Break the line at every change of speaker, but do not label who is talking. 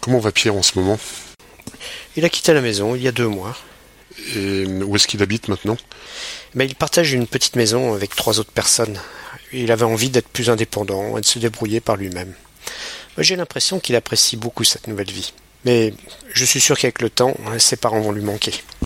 Comment va Pierre en ce moment
Il a quitté la maison il y a deux mois.
Et où est-ce qu'il habite maintenant
Mais il partage une petite maison avec trois autres personnes. Il avait envie d'être plus indépendant et de se débrouiller par lui-même. J'ai l'impression qu'il apprécie beaucoup cette nouvelle vie. Mais je suis sûr qu'avec le temps, ses hein, parents vont lui manquer.